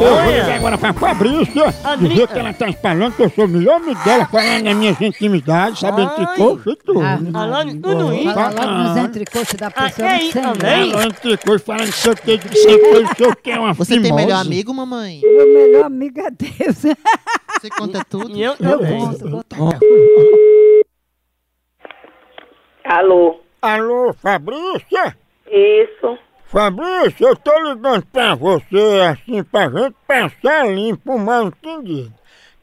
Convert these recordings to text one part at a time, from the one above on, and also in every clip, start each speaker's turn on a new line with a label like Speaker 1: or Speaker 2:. Speaker 1: Eu vou ligar
Speaker 2: Olha!
Speaker 1: agora pra Fabrícia
Speaker 2: Adri-
Speaker 1: dizer que ela tá espalhando que eu sou o melhor amigo dela, falando nas minhas intimidades, sabendo que
Speaker 2: Ai.
Speaker 1: coxa e tudo.
Speaker 3: Ah.
Speaker 2: Falando de tudo isso.
Speaker 3: Fala logo
Speaker 1: Ah.
Speaker 3: nos entrecoxos da pessoa.
Speaker 2: Ah,
Speaker 3: não
Speaker 2: ei,
Speaker 3: sei não.
Speaker 2: também.
Speaker 1: Falando que coisa, falando que você tem que ser coisa, que eu quero é uma
Speaker 4: Você tem
Speaker 1: fimose.
Speaker 4: melhor amigo, mamãe?
Speaker 3: Meu melhor amigo é Deus.
Speaker 4: Você conta tudo?
Speaker 2: E eu,
Speaker 3: Eu
Speaker 2: eu
Speaker 3: conto, conto.
Speaker 5: Alô,
Speaker 1: Alô, Fabrícia?
Speaker 5: isso.
Speaker 1: Fabrício, eu tô ligando pra você assim pra gente passar limpo o mal entendido.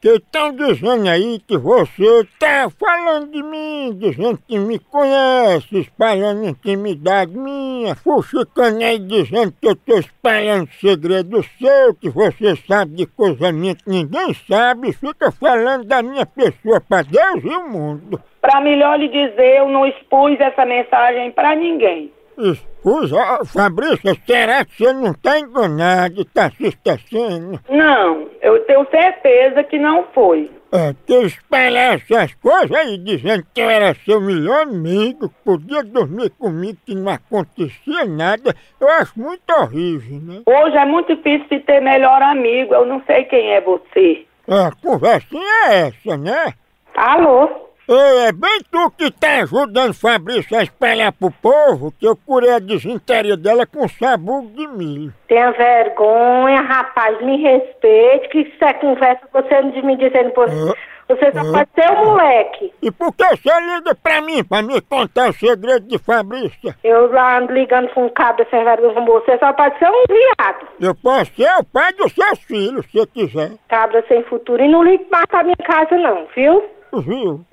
Speaker 1: Que estão dizendo aí que você tá falando de mim, dizendo que me conhece, espalhando intimidade minha, fuxicando aí dizendo que eu tô espalhando segredo seu, que você sabe de coisa minha que ninguém sabe, fica falando da minha pessoa pra Deus e o mundo.
Speaker 5: Pra melhor lhe dizer, eu não expus essa mensagem pra ninguém.
Speaker 1: Expus, ó, Fabrício, será que você não tá enganado, tá se esquecendo?
Speaker 5: Não, eu tenho certeza que não foi.
Speaker 1: É, que espalhar essas coisas aí dizendo que eu era seu melhor amigo, que podia dormir comigo, que não acontecia nada, eu acho muito horrível, né?
Speaker 5: Hoje é muito difícil de ter melhor amigo, eu não sei quem é você.
Speaker 1: A conversinha é essa, né?
Speaker 5: Alô?
Speaker 1: Ei, é bem tu que tá ajudando Fabrício a espalhar pro povo que eu curei a desinteria dela com sabugo de milho.
Speaker 6: Tenha vergonha, rapaz, me respeite. Que isso é conversa você não de me dizendo por Você só pode ser um moleque.
Speaker 1: E por que você liga pra mim pra me contar o segredo de Fabrício?
Speaker 6: Eu lá ando ligando com um cabo sem vergonha como você, só pode ser um viado.
Speaker 1: Eu posso ser o pai dos seus filhos, se eu quiser.
Speaker 6: Cabra sem futuro. E não ligue mais pra minha casa, não, viu?
Speaker 1: Viu?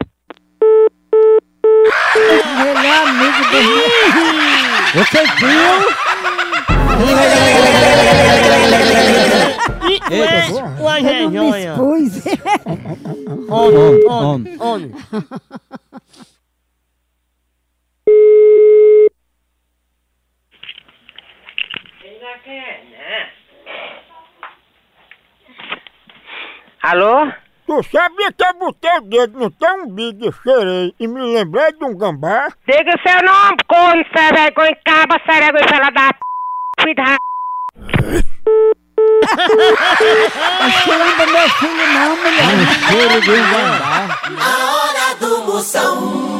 Speaker 3: Melhor amigo do meu.
Speaker 4: Você viu?
Speaker 2: isso é uma
Speaker 3: Eu não me
Speaker 2: vergonha.
Speaker 3: expus.
Speaker 2: Homem, homem, homem.
Speaker 5: Alô?
Speaker 1: Tu sabia que eu botei o dedo no teu umbigo e cheirei e me lembrei de um gambá?
Speaker 5: Diga seu nome, corno, sem vergonha, caba, sem vergonha, fela da p... Cuidado.
Speaker 3: Acho que lembra meu filho, não, mulher.
Speaker 4: Cheiro de um gambá.
Speaker 7: A hora do Moção.